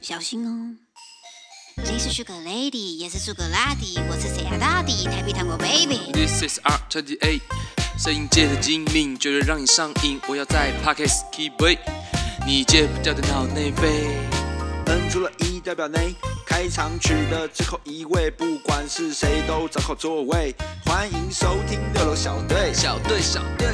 小心哦。你是 Sugar Lady，也是 Sugar Daddy，我是 Sugar Daddy，台北糖果 Baby。 This is R 2 8 t 摄影界的精明，绝对让你上瘾。我要在 Pockets keep it，你戒不掉的脑内啡。摁出了一代表内。开场曲的最后一位，不管是谁都找好座位。欢迎收听六楼小队。小队，小队。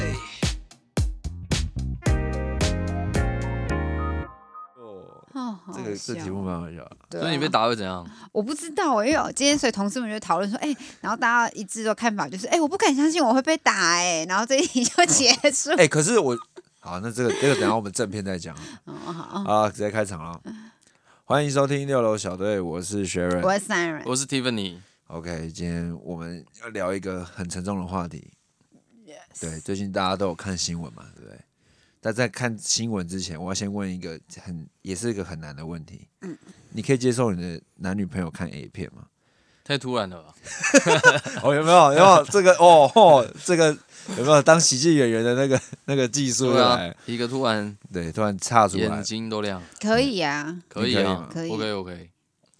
哦，哦，好这个这笑题目蛮好笑的。所以你被打会怎样？我不知道，因为哦我今天所以同事们就讨论说，哎、然后大家一致的看法就是，哎、我不敢相信我会被打、哎，然后这一题哦就结束。哎，可是我好，那这个这个等一下我们正片再讲哦，好，啊，直接开场了。欢迎收听六楼小队，我是学仁。我是 Siren，我是 Tiffany， OK，今天我们要聊一个很沉重的话题。对，最近大家都有看新闻嘛，对不对？但在看新闻之前，我要先问一个很也是一个很难的问题。嗯，你可以接受你的男女朋友看 A 片吗？太突然了吧？哦，有没有？有没有这个？哦吼，这个有没有当喜剧演员的那个 那个技术对又啊来？，一个突然对，突然岔出来眼，睛都亮，可以啊，可你以可以啊吗，可以我可以，我可以，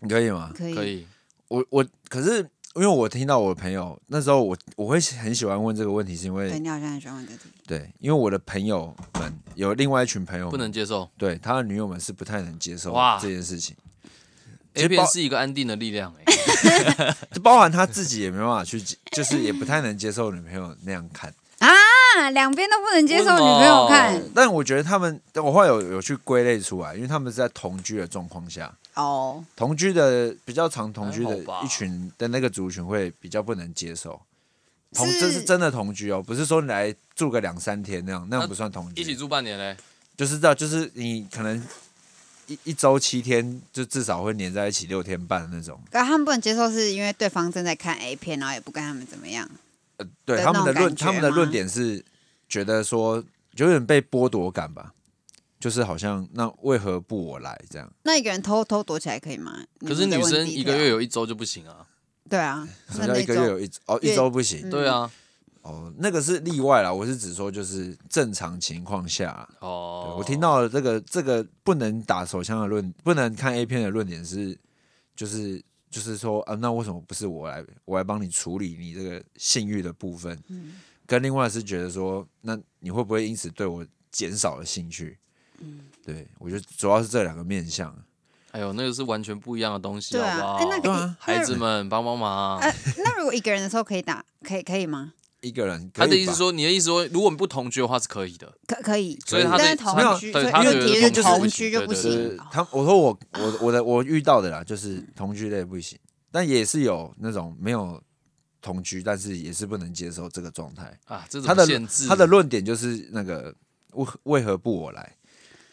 你可以吗？可以，可以。我我可是因为我听到我的朋友那时候我我会很喜欢问这个问题，是因为对，你好像很喜欢玩这题，对，因为我的朋友们有另外一群朋友们不能接受对他的女友们是不太能接受哇这件事情，其，A 实片包是一个安定的力量， 哎，就包含他自己也没办法去接，就是也不太能接受女朋友那样看。啊，两边都不能接受为什女么朋友看，但我觉得他们，但我后来有有去归类出来，因为他们是在同居的状况下，哦，同居的比较常同居的还好吧一群的那个族群会比较不能接受。同是这是真的同居哦，不是说你来住个两三天那样，那样不算同一起居。住半年嘞，就是这样，就是你可能一一周七天，就至少会黏在一起六天半那种。可他们不能接受是因为对方正在看 A 片，然后也不跟他们怎么样，呃，对的他们的那种论，感觉他们的吗论点是觉得说有点被剥夺感吧，就是好像那为何不我来这样？那一个人偷偷躲起来可以吗？可是女生一个月有有一周就不行啊，对啊，什么叫一个月有一周哦月一周不嗯行、对啊，哦，那个是例外啦，我是指说就是正常情况下啦，对哦，我听到了这个这个不能打手枪的论，不能看 A 片的论点是就是。就是说啊，那为什么不是我来，我来帮你处理你这个性欲的部分？嗯跟另外是觉得说，那你会不会因此对我减少了兴趣？嗯对我觉得主要是这两个面向。哎呦，那个是完全不一样的东西，对好啊不好哎？那个对啊，孩子们帮帮忙。呃，那如果一个人的时候可以打，可以可以吗？一个人可他以的意思吧说，你的意思说，如果你不同居的话是可以的，可可以，所以他但的是没同有居，对所以他的问题是同居同不行居就不对就对行哦是。他，我说我我我的我遇到的啦，就是同居类不行，但也是有那种没有同居，但是也是不能接受这个状态。啊，这他种的限制，他的论点就是那个为为何不我来？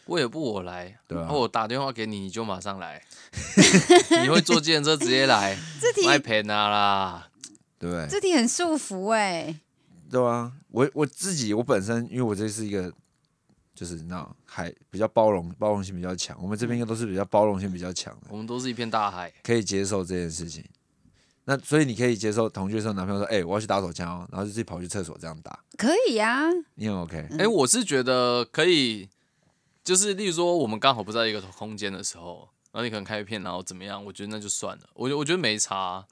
为了不我来，哦对啊然后我打电话给你，你就马上来， 你会坐计程车直接来，这题卖骗啊啦，对不对？这题很束缚哎、对啊，我我自己我本身，因为我这是一个就是那还比较包容包容性比较强，我们这边应该都是比较包容性比较强的，我们都是一片大海，可以接受这件事情。那所以你可以接受同居的时候，男朋友说：“哎、我要去打手枪哦。”然后就自己跑去厕所这样打，可以啊呀、你很 OK。哎、我是觉得可以，就是例如说我们刚好不在一个空间的时候，然后你可能开片，然后怎么样，我觉得那就算了，我觉我觉得没差。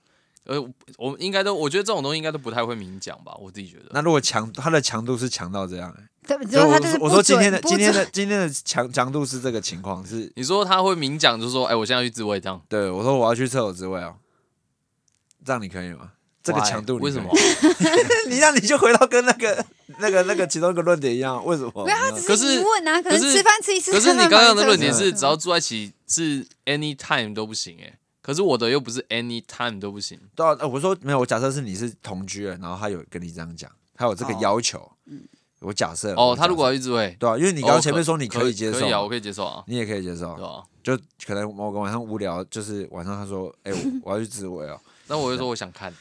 呃，我们应该都，我觉得这种东西应该都不太会明讲吧，我自己觉得。那如果强，他的强度是强到这样、欸，对，就所以是我他就是说不我准说今天的不今天准的今天的强强度是这个情况，是你说他会明讲，就说，哎、我现在要去自慰这样，对我说我要去厕所之位哦，这样你可以吗？这个 Why？强度你为可什以么吗？？ 你让你就回到跟那个那个那个其中一个论点一样，为什么？没有，他只可是是疑问啊，可可能是吃饭吃一次，可是你吃饭刚吧刚的论点是，这种只要住在一起是 anytime 都不行哎、可是我的又不是 anytime 都不行，对啊，呃我说没有，我假设是你是同居了，然后他有跟你这样讲，他有这个哦要求，我假设哦，我假设他如果要一直喂，对啊，因为你刚哦刚前面说你可以接受，可以啊，我可以接受啊，你也可以接对受，吧、就可能某个晚上无聊，就是晚上他说，哎、我我要去自慰哦，那我就说我想看，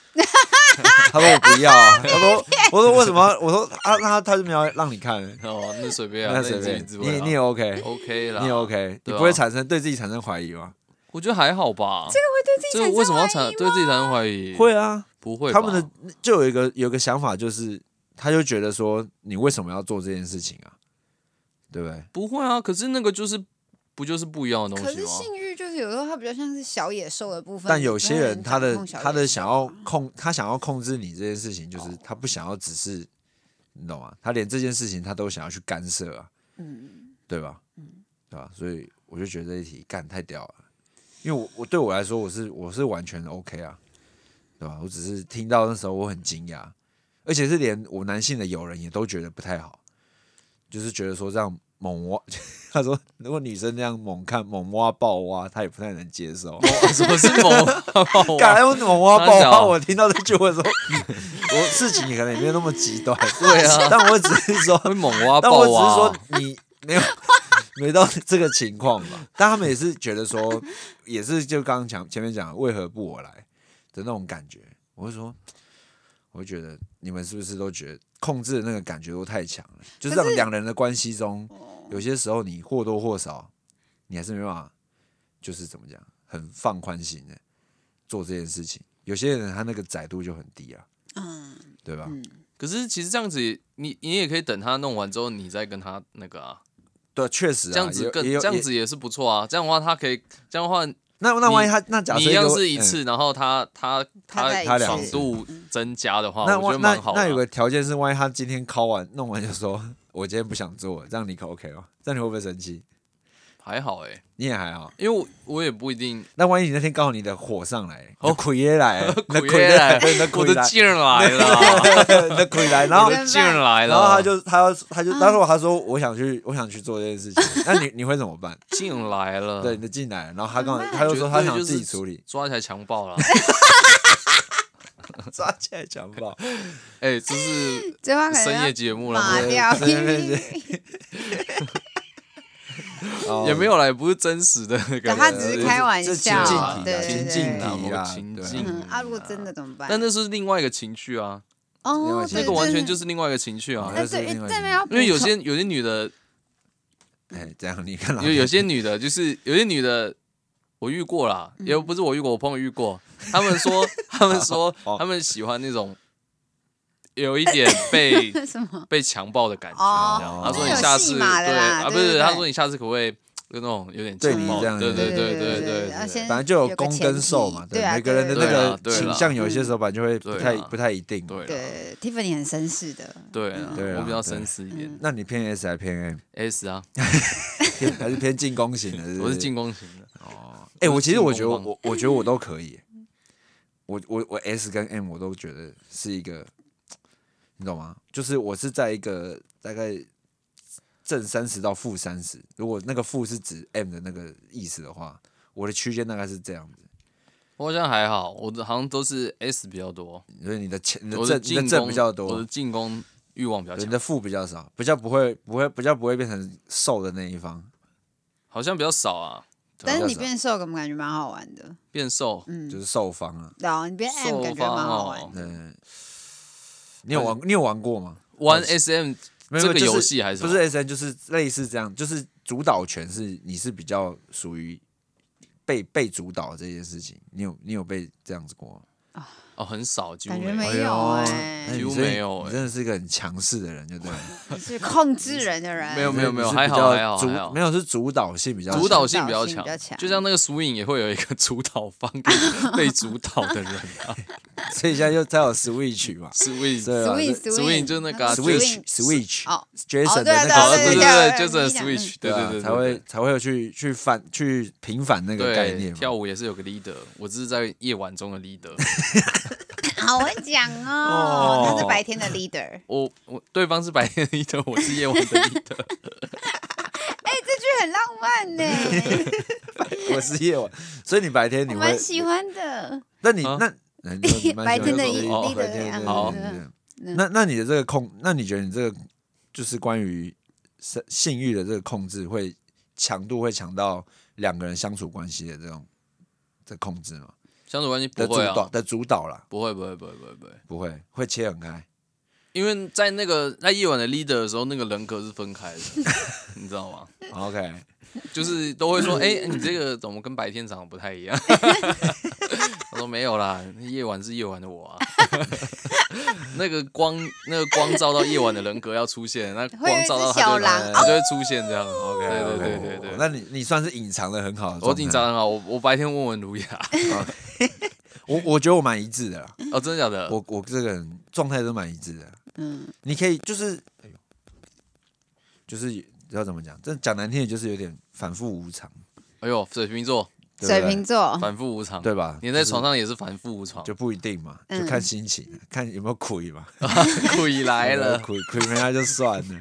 他说我不要啊，他说我说为什么？我说啊，那他他就没有让你看，哦，那随便啊，那那你随自己便，自慰你啊你也 OK， OK 啦，你也 OK，你对啊不会产生对自己产生怀疑吗？我觉得还好吧。这这个会对自己产生为什么要怀疑产对自己产生怀疑？会啊，不会吧？他们的就有一个有一个想法，就是他就觉得说你为什么要做这件事情啊？对不对？不会啊，可是那个就是不就是不一样的可东西是吗？性欲就是有时候它比较像是小野兽的部分，但有些人他的没有掌控小野兽啊他的想要控他想要控制你这件事情，就是哦他不想要只是你懂吗？他连这件事情他都想要去干涉啊，嗯，对吧？嗯，对吧？所以我就觉得这一题干太屌了，因为我我对我来说我是我是完全 OK 啊，对吧？我只是听到那时候我很惊讶，而且是连我男性的友人也都觉得不太好，就是觉得说这样猛挖， 他说如果女生这样猛看猛挖爆挖，他也不太能接 受。什么是萌？啊 敢来问我挖爆三花，小啊我听到这句话的时候， 我事情可能也没有那么极端，对啊但我只是说，会猛挖但啊爆我只是挖说？你没有没到这个情况吧？但他们也是觉得说，也是就刚刚讲前面讲为何不我来的那种感觉，我就说，我就觉得你们是不是都觉得控制的那个感觉都太强了？就是让两人的关系中，哦有些时候你或多或少，你还是没办法，就是怎么讲，很放宽心的做这件事情。有些人他那个窄度就很低啊，嗯，对吧？可是其实这样子也，你你也可以等他弄完之后，你再跟他那个啊，对，确实、啊、这样子也更也有这样也子也是不错啊。这样的话，他可以这样的话，你那那万一他那假设一样个是一嗯次，然后他他他再一他两爽次度增加的话，那我觉得万那蛮好的啊。那有个条件是，万一他今天敲完弄完就说我今天不想做了，这样你可 OK 吗？这样你会不会生气？还好哎，你也还好。因为我我也不一定那万一你那天刚好你的火上来，哦哦，鬼也 来，你的鬼鬼也 来，你的我鬼的来，劲儿来 了，你的鬼来，然后我的嗯劲儿来了，哦然后他就他要他就他说他说我想去我想去做这件事情，那你你会怎么办？进来了，对，你就进来，然后他刚好怎么办他嗯又绝说他对想就是自己处 理，抓起来强暴 了。抓起来强暴， 哎，这是这话可能深夜要节目了，麻不是掉，对 对哦也没有啦，也不是真实的那个对人。他只是开玩呃这情笑境题啊，对对情对境题对啊，情对啊境嗯，啊，如果真的怎么办？但那是另外一个情绪啊，另外哦一，些对那个完全这就是另外一个情绪啊好。那像是对另外一这个边要因为有补充些有些女的，哎，这样你看老有有些女的，就是有些女的，我遇过啦，嗯也不是我遇过，我朋友遇过。他们 说，他们 说哦，他们喜欢那种有一点 被什么？被强暴的感觉。哦这样他说这你有下戏次对码的啦啊，对不是，对他对说你下次可不可以那种有点对强你暴这样对子对对对对，要对对。先反正就有个公前跟受提嘛，对对啊，每个人的对那啊个对啦倾向，有些时候吧就会不太对啦不太一定嘛。对啦对 Tiffany 很绅士的，对啊对啊我比较对绅士一嗯点那你偏 S 还是偏 M？ ，S 啊，偏还是偏进攻型的？我是不进。攻型的，哎，我其实我觉得进攻我我觉得我都可以，我我我 S 跟 M 我都觉得是一个，你懂吗？就是我是在一个大概正三十到负三十，如果那个负是指 M 的那个意思的话，我的区间大概是这样子。我好像还好，我的好像都是 S 比较多，所以你的前你的我正的你的进正攻比较多，我的进攻欲望比较对你强，的负比较少，比较不会不会比较不会变成瘦的那一方。好像比较少啊，但是较你少变瘦，我感觉蛮好玩的。变瘦，就是受方啊。对啊，你变嗯 M 受感觉方蛮好哦玩的。嗯，你有玩你有玩过吗？玩 SM 没嗯有这个就是游戏还是什不么是 S N 就是类似这样，就是主导权是你是比较属于被被主导这件事情。你有你有被这样子过吗？哦，很少，几乎感觉没有。没有那哎你几乎真的没有你哎真的是一个很强势的人，就对了。你是控制人的人，没有没有没有你是还比好较还好主还好没有是主导性比较主强导性比较主导性比较强就像那个鼠影也会有一个 主导方 跟被主导的人啊所以现在又才有 Switch 嘛，Switch 对啊 Swing 这 Swing 就是那个啊，Switch Switch 哦 Jason 哦的对啊那 对啊哦个对啊对对对，就，Switch 对啊是你讲 Switch，对对啊对对，才会才会有去去反去平反那个概对念嘛。跳舞也是有个 leader，我只是在夜晚中的 leader，好会讲哦哦，他是白天的 leader，我我对方是白天的 leader，我是夜晚的 leader， 这句很浪漫呢，我是夜晚，所以你白天你我会蛮，喜欢的。那你啊那那你 说你蛮白喜欢天的这个一哦白一的啊天样对子对好对对嗯那那你的这个控，那你觉得你这个就是关于性性欲的这个控制会强度会强到两个人相处关系的这种的控制吗？相处关系不的主会导啊，的主导啦，不会不会不会不会不会，不会，会切很开。因为在那个在夜晚的 leader 的时候，那个人格是分开的， 你知道吗？ OK，就是都会说，哎、你这个怎么跟白天长得不太一样？ 我说没有啦，夜晚是夜晚的我啊。 那个光，那个光照到夜晚的人格要出现，那光照到他就会有一只小狼他就会出现这样。OK，对对对对对。哦那你你算是隐藏的很好的状态，我紧张很好，我我白天温文儒雅。我我觉得我蛮一致的啦，哦，真的假的？我我这个人状态都蛮一致的。啊嗯，你可以就是，哎呦，就是要怎么讲？这讲难听点就是有点反复无常，哎呦，水瓶座对不水对瓶座，反复无常，对吧？你在就是床上也是反复无常，就 不一定嘛，就嗯看心情，啊看有没有亏嘛。 故意来了。亏亏没他就算了。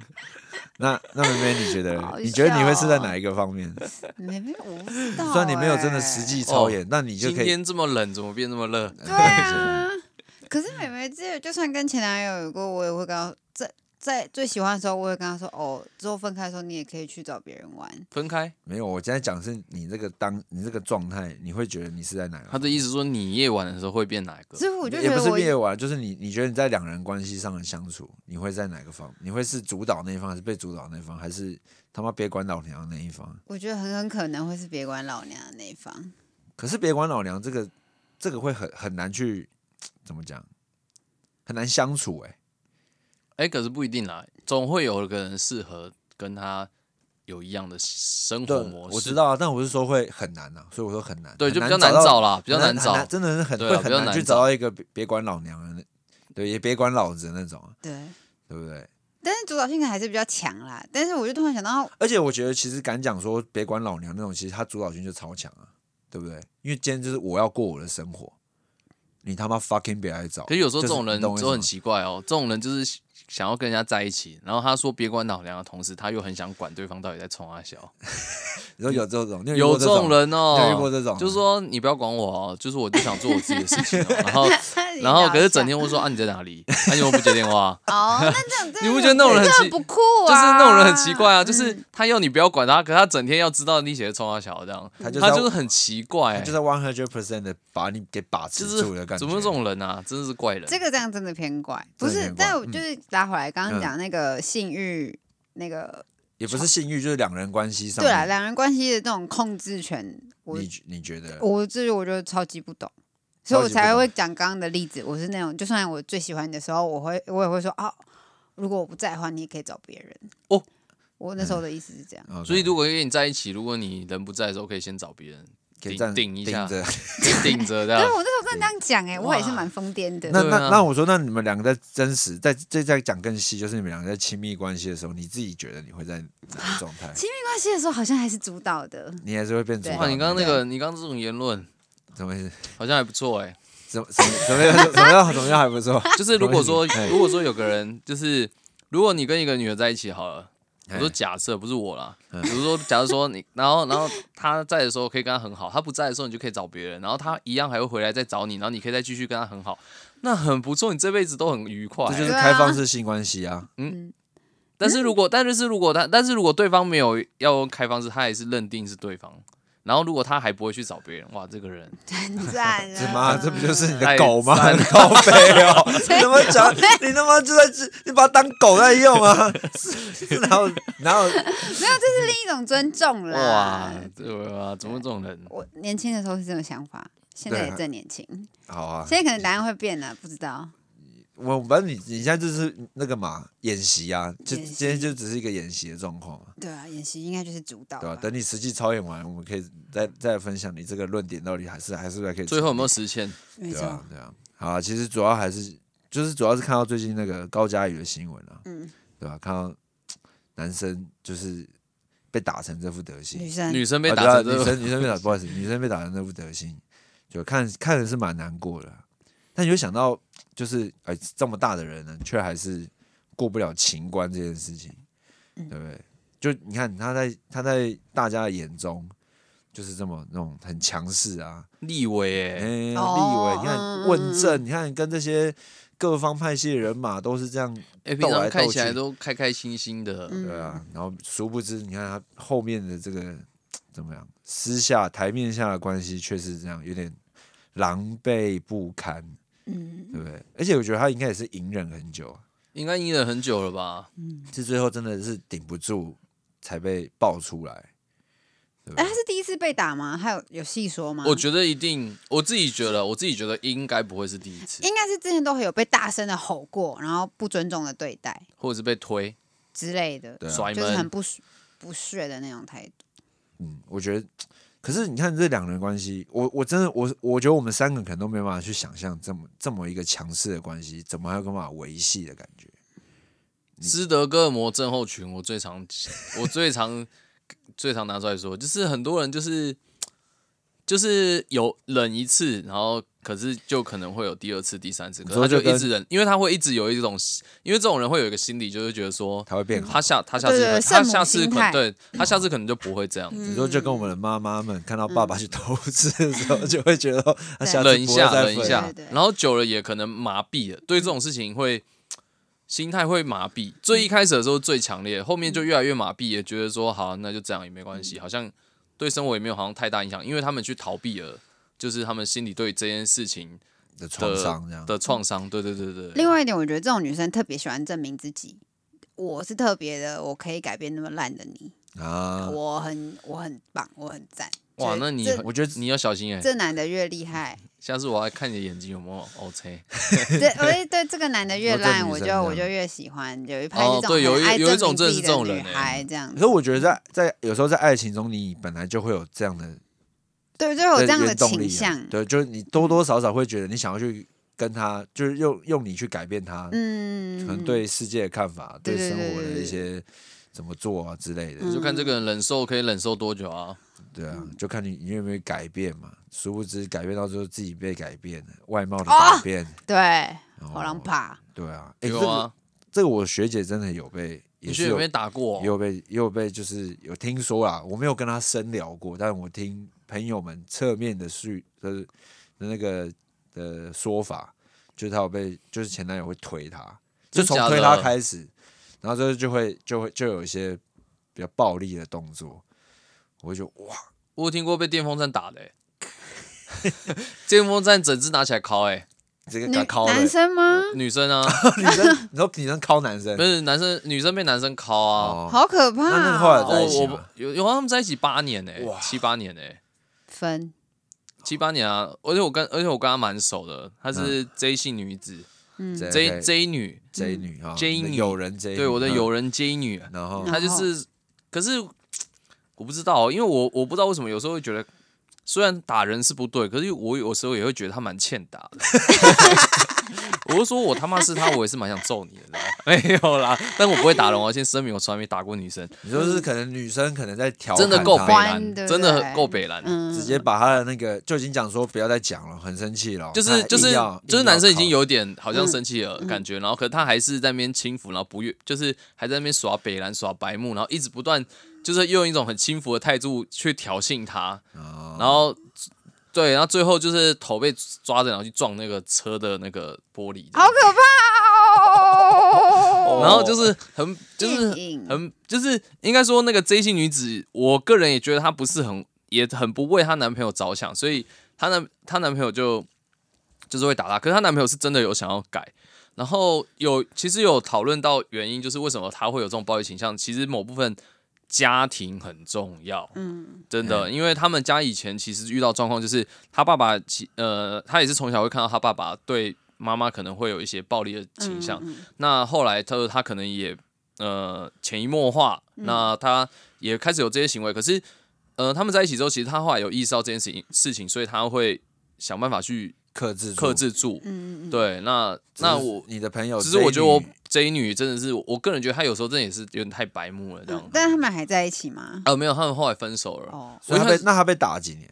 那那妹妹，你觉得好嘞？你觉得你会是在笑哪一个方面？没没有，我不知道、欸。虽然你没有真的实际操演，那你就今可 以天这么冷，怎么变那么热？ 对啊，可是妹妹这就算跟前男友有过，我也会跟她在在最喜欢的时候，我也跟她说哦，之后分开的时候你也可以去找别人玩。分开。 没有。我现在讲是你这个当你这个状态，你会觉得你是在哪他个？的意思说，你夜晚的时候会变哪一个？所以我就觉也不得是我灭完，就是你你觉得你在两人关系上的相处，你会在哪个方？你会是主导那一方，还是被主导那一方，还是他妈别管老娘那一方？我觉得很很可能会是别管老娘的那一方，可是别管老娘这个这个会很很难去怎么讲，很难相处哎、哎、可是不一定啦，总会有一个人适合跟他有一样的生对活模，式。我知，道啊，但我是说会很难啊，所以我说很难，对，很就比较难难到找啦，比较很难找。真的是很对啊会比很较难难去找找到一个别别管老娘的那，对，也别管老子那种啊，对。对不对？但是主导性可能还是比较强啦。但是我就突然想到， 而且我觉得其实敢讲说别管老娘那种，其实他主导权就超强啊，对不对？因为今天就是我要过我的生活，你他妈 fucking 别来找。可是有时候这就是种人你懂我意思都很吗奇怪哦，这种人就是想要跟人家在一起，然后他说别管老娘的同时，他又很想管对方到底在冲他笑。你说有这种，你遇有过这这种人哦，你有遇过这种就是说你不要管我哦，就是我就想做我自己的事情、哦。 然后，啊然你后老可是整想天会说啊你在哪里？啊你怎么不接电话？哦，那这 样真的你不觉得那种人很这奇不酷啊？就是那种人很奇怪啊，就是嗯他要你不要管他，可他整天要知道你写的冲他小这样，他就是他要就是很奇怪、欸他哎就是 one hundred percent 的把你给把持哎就是住的感觉。怎么有这种人啊，真的是怪人。这个这样真的偏怪，不真的是嗯偏？怪但我就是拉回来，刚嗯刚讲那个性欲，那个也不是性欲，就是两人关系上对啦，面。两人关系的这种控制权，我你你觉得？哦我这我就超级不懂，所以超我级不懂才会讲刚刚的例子。我是那种，就算我最喜欢你的时候，我会我也会说哦，如果我不在的话，你也可以找别人。哦，我那时候的意思是这样， OK 所以如果跟你在一起，如果你人不在的时候，可以先找别人可以顶这样顶一下着 顶着这对样。我那时候真的这样讲哎、我也是哇蛮疯癫的。啊那对啊那那我说，那你们两个在真实，在这在讲更细，就是你们两个在亲密关系的时候，你自己觉得你会在哪个状态？亲密关系的时候好像还是主导的，你还是会变主对导哇，的？你刚刚那个，你刚刚这种言论什么意思？好像还不错哎、怎么怎么怎么样？怎么样？怎么样还不 错？就是 如果说哎如果说有个人，就是如果你跟一个女的在一起好了，我哎说假设不是我啦，嗯比如说假如说你，然后然后他在的时候可以跟他很好，他不在的时候你就可以找别人，然后他一样还会回来再找你，然后你可以再继续跟他很好，那很不错，你这辈子都很愉快这。就是对啊开放式性关系啊！但是如果但是如果他但是如果对方没有要用开放式，他也是认定是对方。然后如果他还不会去找别人，哇，这个人 很赞啊！这妈，这不就是你太的 狗吗赞了？靠背 哦！你他妈讲，你他妈就在这，你把它当狗在用啊！是是哪有哪 有？没有，这是另一种尊重哇啦。，对啊，怎么会这种人？我年轻的时候是这种想法，现在对啊也正年轻，好啊，现在可能答案会变了，不知道。我反正你你现在就是那个嘛演习啊，就演习今天就只是一个演习的状况嘛。对啊，演习应该就是主导对吧、啊吧等你实际操演完，我们可以再再来分享你这个论点到底还是还是不是还可以成立。最后有没有实现？没对错，啊？对啊，好啊，其实主要还是就是主要是看到最近那个高佳宇的新闻啊，嗯，对吧、看到男生就是被打成这副德行，女生女生被啊打对啊成这女个，生女生被打，不好意思，女生被打成这副德行，就看看的是蛮难过的啊。但你就想到，就是哎、这么大的人呢，却还是过不了情关这件事情，对不对？就你看他在他在大家的眼中，就是这么那种很强势啊，立伟哎、哎、立哦委，你嗯看嗯问政，你看跟这些各方派系的人马都是这样，哎、平斗来常斗看起来去都开开心心的，嗯对啊。然后殊不知，你看他后面的这个怎么样，私下台面下的关系却是这样，有点狼狈不堪，嗯，对不对？而且我觉得他应该也是隐忍很久啊，应该隐忍很久了吧？是最后真的是顶不住才被爆出来。哎、他是第一次被打吗？还有有细说吗？我觉得一定，我自己觉得，我自己觉得应该不会是第一次，应该是之前都会有被大声的吼过，然后不尊重的对待或者是被推、之类的，对啊甩就是很门。不屑不屑的那种态度。嗯，我觉得，可是你看这两人关系，我我真的我我觉得我们三个可能都没办法去想象这么这么一个强势的关系，怎么还有办法维系的感觉？斯德哥尔摩症候群，我最常我最常最常拿出来说，就是很多人就是就是有忍一次，然后可是就可能会有第二次、第三次，可是说他就就跟一直忍，因为他会一直有一种，因为这种人会有一个心理，就是觉得说他会变好他。下他下次对对可对他圣母下次心可态对他下次可能就不会这样子。你说就跟我们嗯的妈妈们看到爸爸去偷吃的时候，就会觉得哦他下次忍一不会下，再忍一分下对对，对然后久了也可能麻痹了，对这种事情会心态会麻痹。最一开始的时候最强烈，后面就越来越麻痹，也觉得说好，那就这样也没关嗯系，好像对生活也没有好像太大影响，因为他们去逃避了，就是他们心里对这件事情的创的伤这样。的创伤。对对对对，另外一点，我觉得这种女生特别喜欢证明自己。我是特别的，我可以改变那么烂的你，啊，我很我很棒，我很赞。嗯哇，所以那你这我觉得你要小心哎、这男的越 厉害，下次我要看你的眼睛有没有 OK。嗯对，我是对这个男的说越这烂，女我生就这样我就越喜欢。有一派哦是这对有种很一爱有一证种明真的自是己的这种人女欸孩这样 可，是我觉得在在有时候在爱情中，你本来就会有这样的对，就有这样的原动力倾啊向。对，就是你多多少少会觉得你想要去跟他，就是用用你去改变他，可嗯，能对世界的看法，对对生对活的对嗯一些怎么做啊之类的，就看这个人忍受可以忍受多久啊？对啊，就看你你有没有改变嘛。殊不知改变到最后自己被改变了，外貌的啊改变，对，哦然后好狼爬，对啊，哎、这有个啊，这个我学姐真的有被，也你是去有有没有打过哦也？有被也有被，就是有听说啦，我没有跟他深聊过，但我听朋友们侧面的叙的的那个的说法，就是他有被，就是前男友会推他，就真从假推他的开始，然后就是就会就会就有一些比较暴力的动作，我就哇，我有听过被电风扇打的、欸， 电风扇整只拿起来敲，哎，这个女给他敲了，男生吗？女生啊， 女生，你说女生敲男生不，是男生，女生被男生敲啊。哦，好可怕哦！那那后来我在一起我吗有有啊他们在一起八年呢、哇七八年呢、欸分七八年啊！而且我跟而且我跟她蛮熟的，她是嗯 J 系女子、这嗯，J J 女， J 女哈 J 你的女友人 J 对女我的嗯友人 J 女，啊然后嗯她就是，可是我不知道，哦因为我我不知道为什么有时候会觉得，虽然打人是不对，可是我有时候也会觉得她蛮欠打的。 我就说我他妈是她，我也是蛮想揍你的， 没有啦，但我不会打人，我要哦先声明，我从来没打过女生。你说是可能女生可能在调真的侃够他北宽蓝，对不真的对很够北蓝。嗯直接把他的那个就已经讲说不要再讲了，很生气了。就是哦他就是硬要嗯就是男生已经硬要有点好像生气了感觉，然后可是他还是在那边轻浮，然后不悦，就是还在那边耍北蓝耍白目，然后一直不断就是用一种很轻浮的态度去挑衅他，考然后对，然后最后就是头被抓着，然后去撞那个车的那个玻璃，好可怕哦！然后就是很就是电影很就是应该说那个 J 系女子，我个人也觉得她不是很也很不为她男朋友着想，所以她男她男朋友就就是会打她，可是她男朋友是真的有想要改。然后有其实有讨论到原因，就是为什么她会有这种暴力倾向。其实某部分家庭很重要，嗯，真的，因为他们家以前其实遇到状况，就是他爸爸其呃，他也是从小会看到他爸爸对妈妈可能会有一些暴力的 倾向。嗯那后来他他可能也呃潜移默化，那他也开始有这些行为。可是呃，他们在一起之后，其实他后来有意识到这件事情事情，所以他会想办法去克制住克。制住。嗯嗯嗯，对，那只是那我你的朋友，只是我觉得我 J 女真的是，我个人觉得她有时候真的也是有点太白目了这样。但他们还在一起吗？啊，没有，他们后来分手了。哦，所以他我一被开始那他被打几年？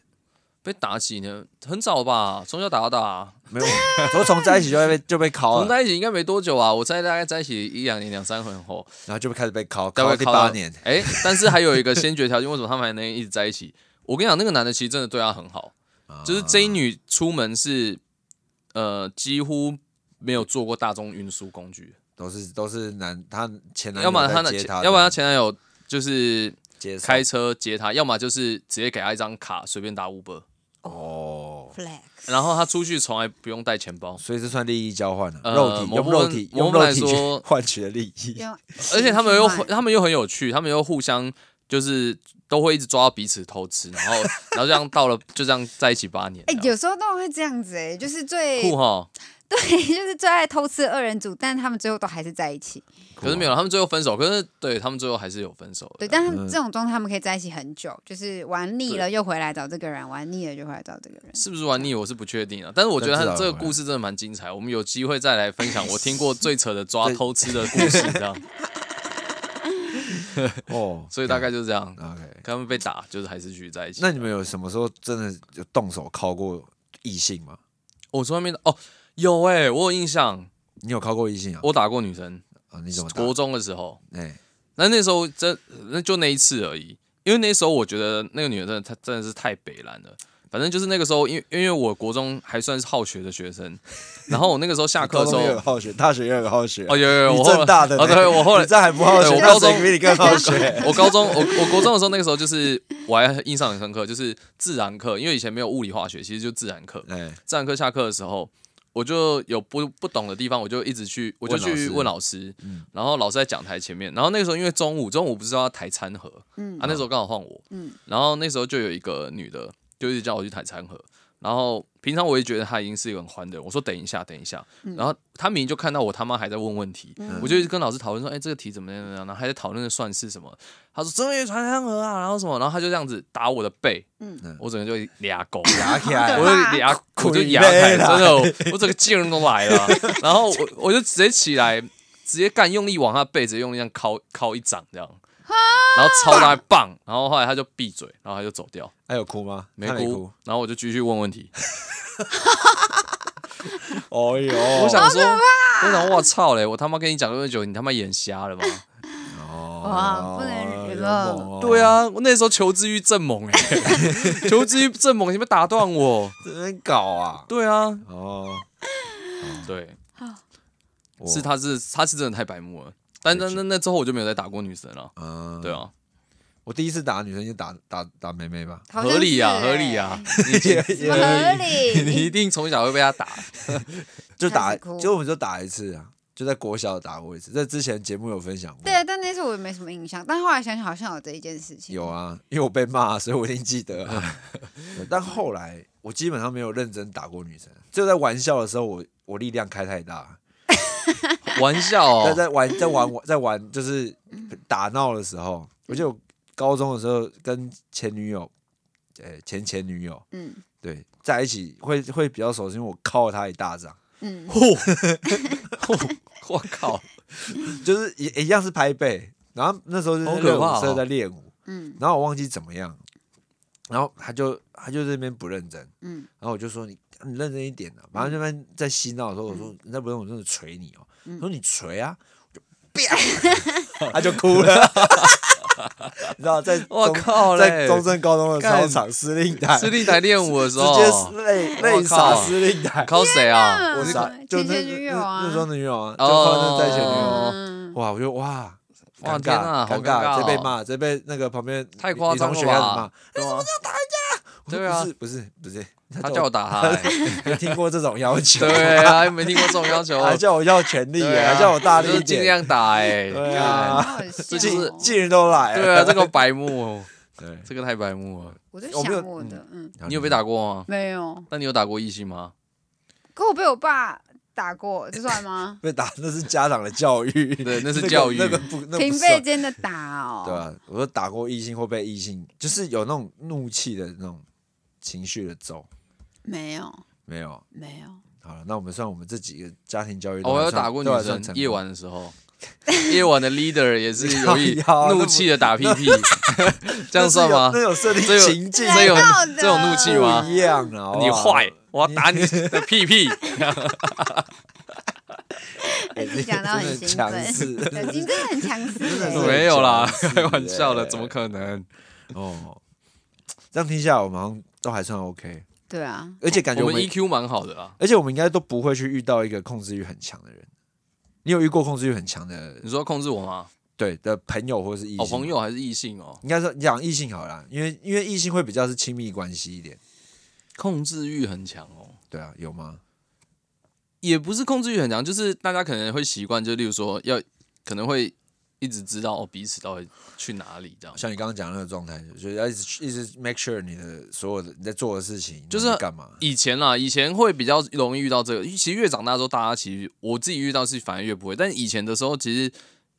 被打几年？很早吧，从小打到大，没有，说从在一起就被就被我考们了，在一起应该没多久啊。我在大概在一起一两年、两三年后，然后就被开始被考，大考概到第靠到八年。。哎、但是还有一个先决条件，为什么他们还能一直在一起？我跟你讲，那个男的其实真的对她很好，啊就是 J 女出门是呃几乎没有坐过大众运输工具，都是都是男，他前男友要么她在的接前，他，要么她前男友就是接送开车接她，要么就是直接给她一张卡随便打 Uber。哦， flex，然后他出去从来不用带钱包，所以这算利益交换啊，呃肉体某用部肉分体某用部分肉来体说去 换取的利益，用而且他们又情很绪化他们又很有趣，他们又互相就是都会一直抓到彼此偷吃，然后然后这样到了就这样在一起八年这哎、样，有时候都会这样子哎、就是最酷哈。 对，就是最爱偷吃的二人组，但他们最后都还是在一起。可是没有，他们最后分手，可是对他们最后还是有分手对，的。但他们这种状态，他们可以在一起很久，就是玩腻对了又回来找这个人，玩腻了就回来找这个人。是不是玩腻我是不确定啊，但是我觉得他这个故事真的蛮精彩，我们有机会再来分享我听过最扯的抓对偷吃的故事，这 样，哦，所以大概就是这样。 OK。他们被打，就是还是继续在一起。那你们有什么时候真的有动手铐过异性吗？我从来没打哦，有哎、我有印象，你有铐过异性啊？我打过女生，啊，你怎么打？国中的时候，哎，那那时候真那就那一次而已，因为那时候我觉得那个女的真的她真的是太北蓝了。反正就是那个时候，因为因为我国中还算是好学的学生，然后我那个时候下课高的时中也有候，好学，大学也有好学。哦有有有，你我后来正大的哦呢对，我后来你这还不好对学，我那高中谁比你更好 学。我高中我我国中的时候，那个时候就是我还印象很深刻，就是自然课，因为以前没有物理化学，其实就自然课。哎，自然课下课的时候，我就有不不懂的地方，我就一直去，我就问老去师问老师，然后老师在讲台前面，然后那个时候因为中午中午不是要抬餐盒，嗯啊那时候刚好换我，嗯然后那时候就有一个女的，就一直叫我去抬餐盒。然后平常我也觉得她已经是一个很欢的人，我说等一下，等一下。然后她明明就看到我他妈还在问问题，我就一直跟老师讨论说，哎，这个题怎么样怎么样，然后还在讨论算式什么。她说中原传餐盒啊，然后什么，然后她就这样子打我的背，嗯我整个就俩狗，打起来哎我了，就牙，我就牙鬼开，妹真啦的，我我整个劲都来了。然后我我就直接起来，直接干用力往他背，直接用力这样敲敲一掌这样，然后超他棒。然后后来他就闭嘴，然后他就走掉，还有哭吗？没他没哭。。然后我就继续问问题，哦 呦，我想说，我想我操嘞，我他妈跟你讲那么久，你他妈眼瞎了吗？哇不能哦娱乐对，啊，我那时候求知欲正猛哎、 求知欲正猛，你们打断我。怎么搞啊？对啊，哦，对，嗯我是，他是他是真的太白目了。但但那那之后我就没有再打过女生了。嗯对，啊，我第一次打女生就打打打妹妹 吧，好像合理哎啊，是合理欸啊，怎么 合理？你一 定从小会被他打。就开打，始哭就我们就打一次啊，就在国小打过一次，这之前节目有分享过，对啊，但那次我也没什么印象，但后来想想好像有这一件事情。有啊，因为我被骂，所以我一定记 得啊。但后来我基本上没有认真打过女生，只有在玩笑的时候我，我力量开太大，玩笑但哦，在玩在玩在玩就是打闹的时候，我就高中的时候跟前女友，呃、前前女友嗯对在一起会会比较熟悉，因为我靠了她一大掌，嗯，我靠，就是也也一样是拍背，然后那时候就好是可热怕舞社哦在练舞，嗯然后我忘记怎么样，然后他就他就在那边不认真，嗯然后我就说你你认真一点啊，然后那边在嬉闹的时候，嗯我说你再不认我真的捶你哦，他说你捶啊，我就 啪，他就哭了，你知道在我中靠嘞在！中正高中的干操场司令台，私立台练舞的时直候，接泪我泪靠洒司令台，靠谁啊？我天傻哪，就嗯前那前女友啊那那时候的哦女友啊，就后来那哦，在前女友，嗯，哇，我就哇。哇尴天啊尬，好尴尴尬尬，哦这被骂，这被那个旁边太女夸张了女同学开始骂吧，？对啊，我说对啊不是不是不是，他叫我打他欸，没听过这种要 求，对啊，没听过这种要求，还叫我要权利，对啊还叫我大就是力一尽点，量打哎，对好啊，好笑这就既是哦。既然都来对啊，了，这个白目，对这个太白目了。我在我没有？想我的，嗯，你有被？打过吗？没有，那你有打过异性吗？可我被我爸打过，这算吗被打那是家长的教育， 对那是那个教育那个不 那平不辈算，间的打哦， 对啊，我说打过异性或被异性，就是有那种怒气的那种情绪的揍，没有没有。没 有，好了，那我们算我们这几个家庭教育都哦我还有算打过女都还算生，成夜功晚的时候，夜晚的 leader 也是有 意靠腰那不怒气的打屁 屁，这样那是算有吗那？有设 定这有情境，啊这有人道的这种怒气不吗？一样啊！好不好你坏， 我要打 你的屁屁！自己讲到很兴真的奋强，势对你真的很强势真的是欸，没有啦，真 是开玩笑的，欸怎么可能？哦，这样听下来，我们好像都还算 OK，对啊，而且感觉我我们们， EQ 蛮好的啊啦。而且我们应该都不会去遇到一个控制欲很强的人。你有遇过控制欲很强的你说控制我吗？对的朋友或是异性？好哦朋友还是异性哦？应该说你讲异性好啦，因为因为异性会比较是亲密关系一点，控制欲很强哦，对啊，有吗？也不是控制欲很强，就是大家可能会习惯，就例如说要可能会一直知道哦彼此到底去哪里这样。像你刚刚讲的那个状态，就是要一直一直 make sure 你的所有的你在做的事情，就是你在 干嘛？以前啊啦，以前会比较容易遇到这个。其实越长大之后，大家其实我自己遇到是反而越不会。但以前的时候，其实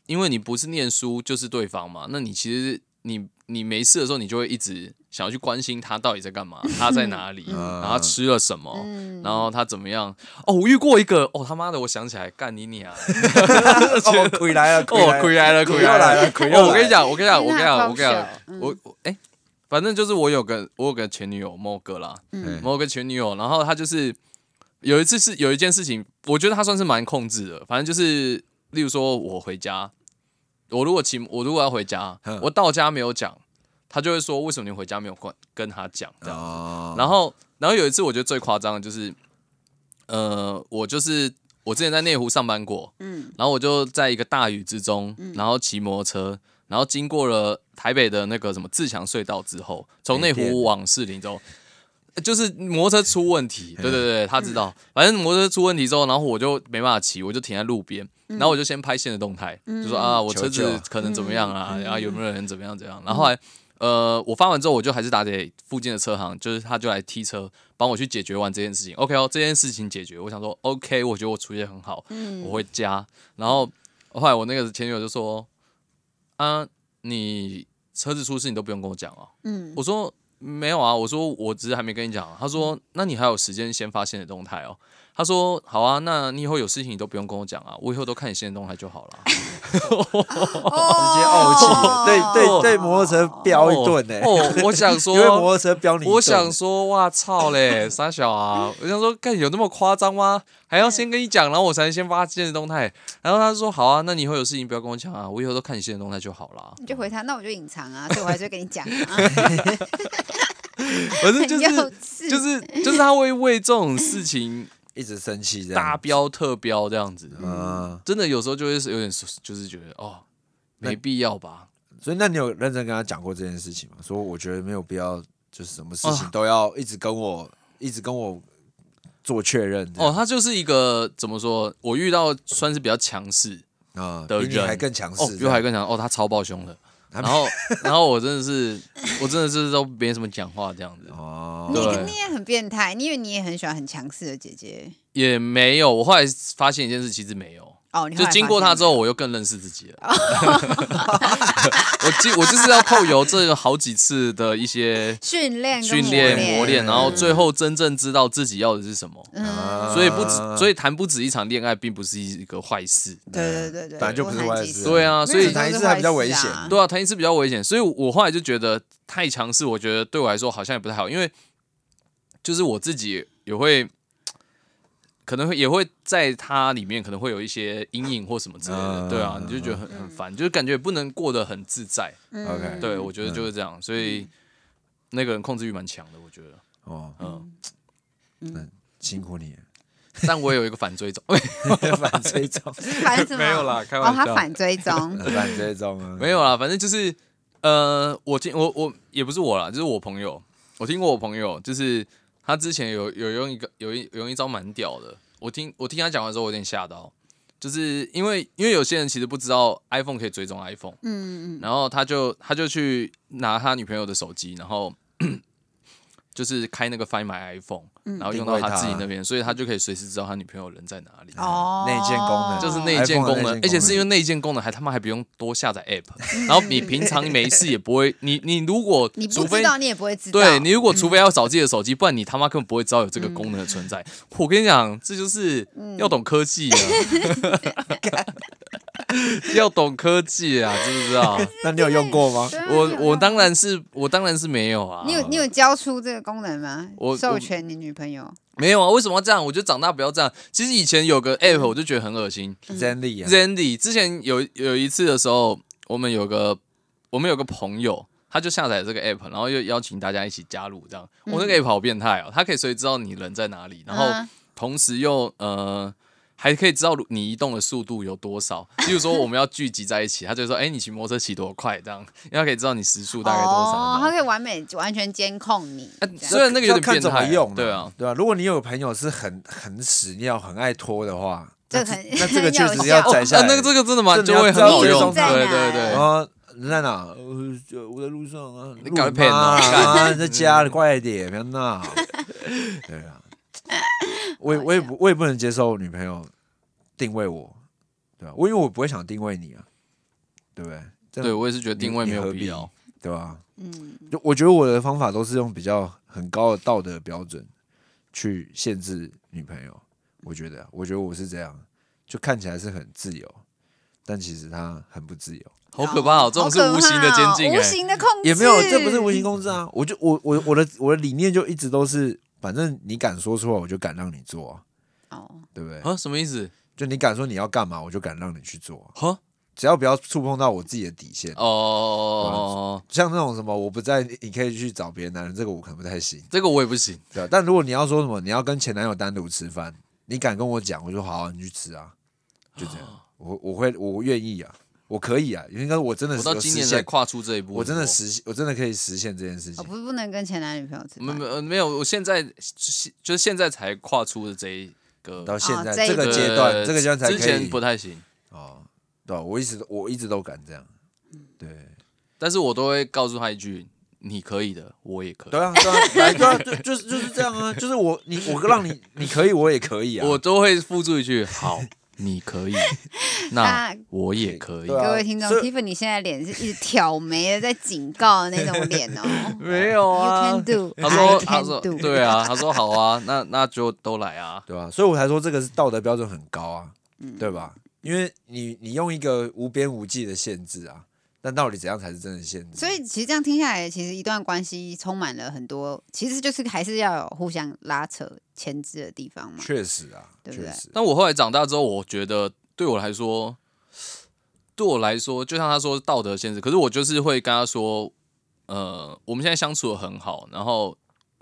因为你不是念书就是对方嘛，那你其实你你没事的时候，你就会一直想要去关心他到底在干 嘛，他在哪里，然后他吃了什哦么，嗯然后他怎么样。哦，我遇过一个，哦他妈的，我想起来，干你 娘！哦，鬼来了， 哦，亏来了，亏来了，亏哦我跟你讲，我跟你讲，我跟你那讲，爆我跟你讲笑，嗯我我哎，反正就是我有个我有个前女友莫哥啦，嗯某个前女友，然后她就是有一次是有一件事情，我觉得她算是蛮控制的，反正就是例如说我回家，我如果骑我如果要回家嗯，我到家没有讲，她就会说为什么你回家没有跟跟她讲这样。哦，然后，然后有一次我觉得最夸张的就是，呃，我就是我之前在内湖上班过，嗯然后我就在一个大雨之中，然后骑摩托车，然后经过了台北的那个什么自强隧道之后，从内北电湖往士林之后，呃就是摩托车出问题，对对对，他知道，反正摩托车出问题之后，然后我就没办法骑，我就停在路边，然后我就先拍线的动态，就说啊，我车求子救可能怎么样啊，然后有没有人怎么样怎么样，然后后来。呃，我发完之后，我就还是打给附近的车行，就是他就来踢车，帮我去解决完这件事情。OK 哦，这件事情解决，我想说 OK，我觉得我处理的很好，我会加。然后后来我那个前女友就说：“啊，你车子出事你都不用跟我讲哦。”嗯我说没有啊，我说我只是还没跟你讲啊。他说那你还有时间先发现的动态哦。他说好啊，那你以后有事情你都不用跟我讲啊，我以后都看你现的动态就好 了。直接怄哦气，对对对，摩托车飙一顿欸呢，哦，哦我想说 因为摩托车飙你一顿，我想说，哇操嘞，傻小啊！我想说，看有那么夸张吗？还要先跟你讲，然后我才先发现的动态。然后他说，好啊，那你以后有事情不要跟我讲啊，我以后都看你现的动态就好啊啦。你就回他，那我就隐藏啊，所以我还是会跟你讲 啊，反正 很就幼是稚，就是就是他会为这种事 情一直生气这样，大飙特飙这样子，嗯，真的有时候就会是有点就是觉得哦，没必要吧。所以那你有认真跟他讲过这件事情吗？说我觉得没有必要，就是什么事情哦都要一直跟我一直跟我做确认这哦，样他就是一个怎么说？我遇到算是比较强势啊，的比你人还更强势哦，，比我这还样更强哦，他超爆凶的。他然 后，然后我真的是，我真的是都没什么讲话这样子，哦，你对你也很变态，你以为你也很喜欢很强势的姐姐也没有。我后来发现一件事，其实没有，哦，你后就来经发过现他了之后，，我又更认识自己了。 我记，我就是要透由这个好几次的一些训练跟训练练磨练，然嗯后最后真正知道自己要的是什么。嗯，啊所以不止，所以谈不止一场恋爱，并不是一个坏事。嗯对对对对，本来就不是多谈坏几事次对啊，所以没有人谈一说次是还坏比较事危啊险对啊，谈一次比较危险，所以我后来就觉得太强势，我觉得对我来说好像也不太好，因为就是我自己也会，可能会也会在它里面可能会有一些阴影或什么之类的，嗯对啊，你就觉得很很烦，就是感觉不能过得很自在，嗯嗯 OK 对我觉得就是这样，所以那个人控制欲蛮强的，我觉得，哦，嗯，辛苦 你了，但我有一个反追踪，反追踪， 反什么？没有啦开玩笑哦，他反 追踪，反追踪啊，没有啦，反正就是呃，我听我我也不是我啦，就是我朋友，我听过我朋友，就是他之前有有用一个有一有用一招蛮屌的，我听我听他讲完之后，我有点吓到，就是因为因为有些人其实不知道 iPhone 可以追踪 iPhone，嗯嗯然后他就他就去拿他女朋友的手机，然后 就是开那个 Find My iPhone，然嗯后用到他自己那边，所以他就可以随时知道他女朋友人在哪里。嗯，哦，内建功能就是那内建 iPhone 的功能内建功能，而且是因为内建功能还他妈还不用多下载 app，然后你平常没事也不会，你你如果嗯你不除非知道，你也不会知道，嗯对你如果除非要找自己的手机，不然你他妈根本不会知道有这个功能的存在。我跟你讲，这就是嗯要懂科技 啊， 要懂科技啊，知不知 道？那你有用过吗？对啊我我当然是我当然是没有啊，你有你有交出这个功能吗？我授权你女朋友，没有啊？为什么要这样？我觉得长大不要这样。其实以前有个 app 我就觉得很恶心，真力啊， Zandy 之前有有一次的时候，我们有个我们有个朋友，他就下载了这个 app，然后又邀请大家一起加入，这样。嗯啊我、那个 app 好变态哦，它可以随时知道你人在哪里，然后嗯同时又呃。还可以知道你移动的速度有多少。例如说我们要聚集在一起，他就说：“哎、你骑摩托车骑多快？”这样，因为他可以知道你时速大概多哦，少啊他这样。可以完美完全监控你，这虽样然那个有就点看变怎么态，用、对啊，，对啊。如果你有朋友是很很屎尿、很爱拖的话，那这很那这个确很有实要效摘下啊来。那个这个真的蛮真的就会要很知道好自己用，在哦对哪对然对。后你在哪？呃，就我在路上啊，你路赶快骗嘛哦啊，你在家里快一点，不要 闹。对啊，我也我也不我也不能接受女朋友定位我，对吧、啊我因为我不会想定位你啊，对不对？这对，样我也是觉得定你位你没有何必必要。对吧？嗯，就我觉得我的方法都是用比较很高的道德标准去限制女朋友。我觉得啊，我觉得我是这样，就看起来是很自由，但其实她很不自由。好可怕哦！这种是无形的监禁、好可怕哦无哎，形的控制，也没有，这不是无形控制啊！我就我我我的我的理念就一直都是，反正你敢说出来，我就敢让你做、啊，哦，对不对？啊，什么意思？就你敢说你要干嘛，我就敢让你去做啊、哈，只要不要触碰到我自己的底线。哦哦，像那种什么我不在，你可以去找别的男人，这个我可能不太行，这个我也不行。对吧、啊但如果你要说什么，你要跟前男友单独吃饭，你敢跟我讲，我就好、啊，你去吃啊，就这哦样，我我会我愿意啊，我可以啊，应该我真的我是到有今实年才现，跨出这一步，我真的实我真的可以实现这件事哦，情。不是不能跟前男女朋友吃没饭，没呃没有，我现在就是就是现在才跨出的这一个到现在、哦这一这个步阶段，对这个阶段才可以。之前不太行，哦，对啊、我一直都我一直都敢这样，嗯对但是我都会告诉他一句：“你可以的，我也可以。对啊，对啊，来对啊，对，就是就是这样啊，就是我你我让你你可以，我也可以啊，我都会附注一句：“好，你可以，那那我也可以。对啊各位听众所以，Tiffany 现在脸是一直挑眉的，在警告的那种脸 哦。没有 You 啊 can，do，他说 I 他 can 说 do。对啊，他说好啊，那那就都来啊。对吧、所以我才说这个是道德标准很高啊，嗯对吧？因为你你用一个无边无际的限制啊，但到底怎样才是真的限制？所以其实这样听下来，其实一段关系充满了很多，其实就是还是要有互相拉扯、牵制的地方嘛。确实啊，对不确对实，但我后来长大之后，我觉得对我来说，对我来说，就像他说道德限制，可是我就是会跟他说，呃，我们现在相处的很好，然后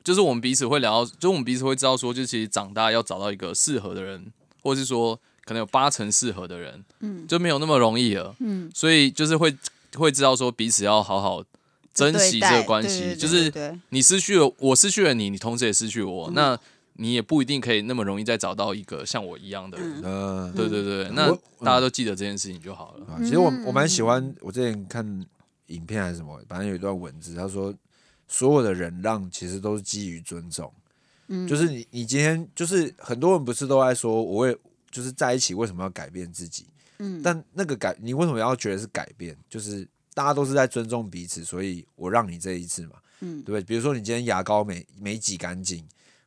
就是我们彼此会聊，就是我们彼此会知道说，就其实长大要找到一个适合的人，或是说可能有八成适合的人，嗯，就没有那么容易了，嗯，所以就是会会知道说彼此要好好珍惜这个关系，对待对对就对是对你失去了我，失去了你，你同时也失去我，嗯那你也不一定可以那么容易再找到一个像我一样的人。嗯、对对对，那我嗯大家都记得这件事情就好了。啊，其实我我蛮喜欢，我之前看影片还是什么，反正有一段文字，他说所有的忍让其实都是基于尊重，嗯，就是你你今天就是很多人不是都爱说我为就是在一起为什么要改变自己，嗯，但那个改你为什么要觉得是改变？就是大家都是在尊重彼此，所以我让你这一次嘛，嗯，对不对？比如说你今天牙膏没没挤干净，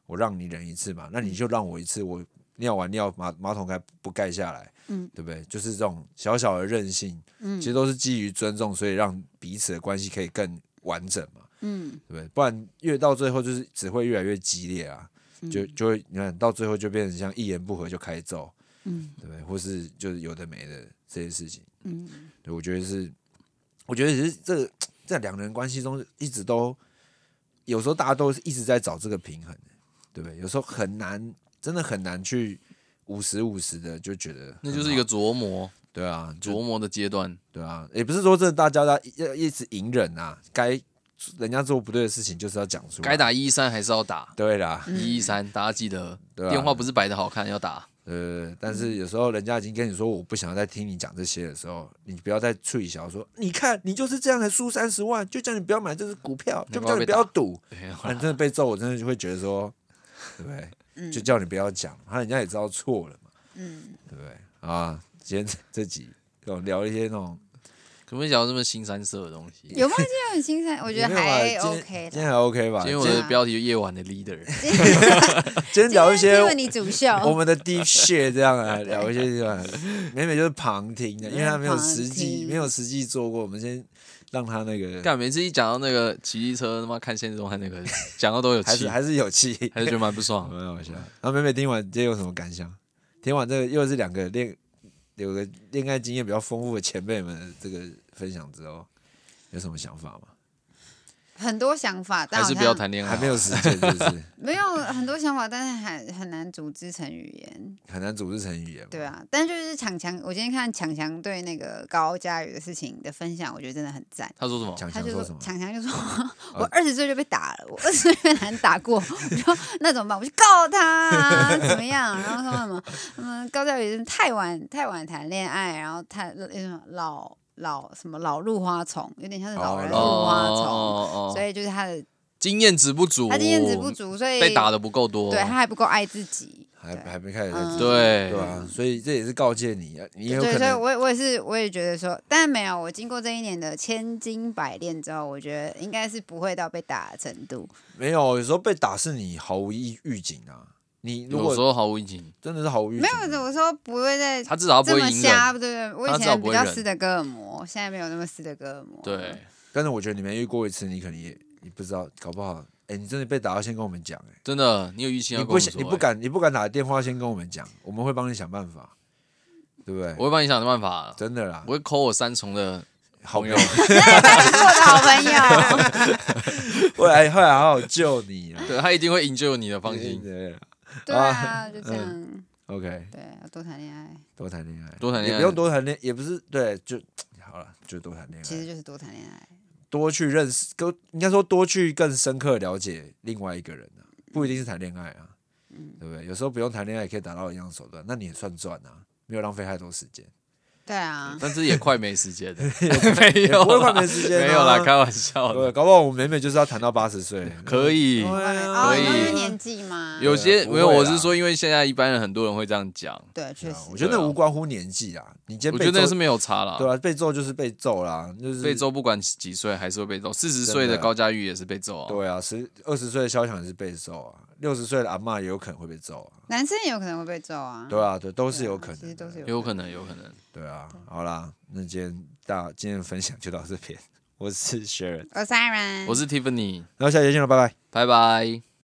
我让你忍一次嘛，那你就让我一次，我尿完尿马马桶盖不盖下来，嗯，对不对？就是这种小小的任性，嗯，其实都是基于尊重，所以让彼此的关系可以更完整嘛，嗯，对不对？不然越到最后就是只会越来越激烈啊，就就会你看到最后就变成像一言不合就开揍，嗯，对不对？或是就是有的没的这些事情，嗯，对，我觉得是，我觉得其实这个在两人关系中一直都有时候大家都是一直在找这个平衡。对不对？有时候很难，真的很难去五十五十的就觉得很好，那就是一个琢磨对啊，就琢磨的阶段。对啊，也不是说真的大家要要一直隐忍啊，该人家做不对的事情就是要讲出来，该打一一三还是要打对啦，嗯一一三，大家记得对啊电话不是摆的好看，要 打。呃，但是有时候人家已经跟你说我不想要再听你讲这些的时候，你不要再吹小说，你看你就是这样才输三十万，就叫你不要买这只股票，就难怪叫你被不要打赌，对啊啊，你真的被揍，我真的就会觉得说，对不对？就叫你不要讲，他人家也知道错了嘛，嗯，对不对？啊，今天这集我聊一些那种，可不可以讲这么新三色的东西？有吗？这很新鲜，我觉也得没有啊还今天 OK 今的。天还 OK 吧？今天今我天啊的标题就夜晚的 leader，今天聊一些因为你主秀，我们的 deep shit 这样啊，聊一些这样，美美就是旁听的，因为他没有实嗯旁际听没有实际做过，我们先让他那个干每次一讲到那个骑机车，他妈看现实动态那个，讲到都有还气是，嗯还是有气，还是觉得蛮不爽的。蛮 好笑。然后美美听完今天有什么感想？听完这个又是两个恋有个恋爱经验比较丰富的前辈们的这个分享之后，有什么想法吗？很多想法，但还好是像不要谈恋爱好了，还没有时间，是不是没有很多想法，但是很很难组织成语言。很难组织成语言。对，啊，但就是强强，我今天看强强对那个高佳宇的事情的分享，我觉得真的很赞。他说什么？强他强就说说什么？哦强强就说，我二十岁就被打了，我二十岁被男人打过，我 说那怎么办？我去告他、啊，怎么样？然后说什么，嗯，高佳宇真的太晚太晚谈恋爱，然后太那什么老老什么老入花丛，有点像是老人入哦花丛，哦所以就是他的经验值不足，他经验值不，足，所以被打的不够多。对他还不够爱自己，还对还没开始在做，嗯对对啊，所以这也是告诫你，啊你有对，可所以能我也我也是我也觉得说，但没有，我经过这一年的千金百炼之后，我觉得应该是不会到被打的程度。没有，有时候被打是你毫无预预警啊。你如有时果候毫无预警，真的是毫无预没警，有，我说不会再他至少他这不么会赢人。瞎，对对？我他以至少前不比会较忍斯德哥尔摩，现在没有那么斯德哥尔摩。对，，但是我觉得你没遇过一次，你可能也你不知道，搞不好，哎，你真的被打到先跟我们讲，哎，真的，你有预期要你跟不我想说你不，敢你不敢打电话先跟我们讲，我们会帮你想办法，对不哎对？啊我会帮你想办法，真的啦我，会扣我三重的 好朋朋友友，是我的好朋友。后来后来好好救你啦，对他一定会营救你的，放心。对啦对啊，就这样， ，OK，对，要多谈恋爱，多谈恋爱，多谈恋爱也不用多谈恋，也不是对，就好了，就多谈恋其实爱，就是多谈恋爱。多去认识，更应该说多去更深刻了解另外一个人啊，不一定是谈恋爱啊，嗯对不对？有时候不用谈恋爱也可以达到一样的手段，那你也算赚啊，没有浪费太多时间，对啊，但是也快没时 间了，没也有不会啦快没时间啊没有啦，开玩笑对，的，搞不好我每每就是要谈到八十岁， 可以。对啊哦，可以你说因为年纪嘛，有些不没会有，啦我是说，因为现在一般人很多人会这样讲，对，确对实啊，我觉得那无关乎年纪啊，你今天我被觉得那个揍是没有差啦。对啊，被揍就是被揍啦，就是被揍不管几岁还是会被揍，四十的岁的高佳玉也是被揍啊。对啊，十二十岁的肖想也是被揍啊，六十岁的阿嬷也有可能会被揍啊。男生也有可能会被揍啊。对啊，对，都是对啊有可其实能都的。是有可能，有可能。对啊，好啦，那今天大今天的分享就到这边，我是 Sharon，嗯我是 Siren，我是 Tiffany，然后下节见了，拜拜。拜拜。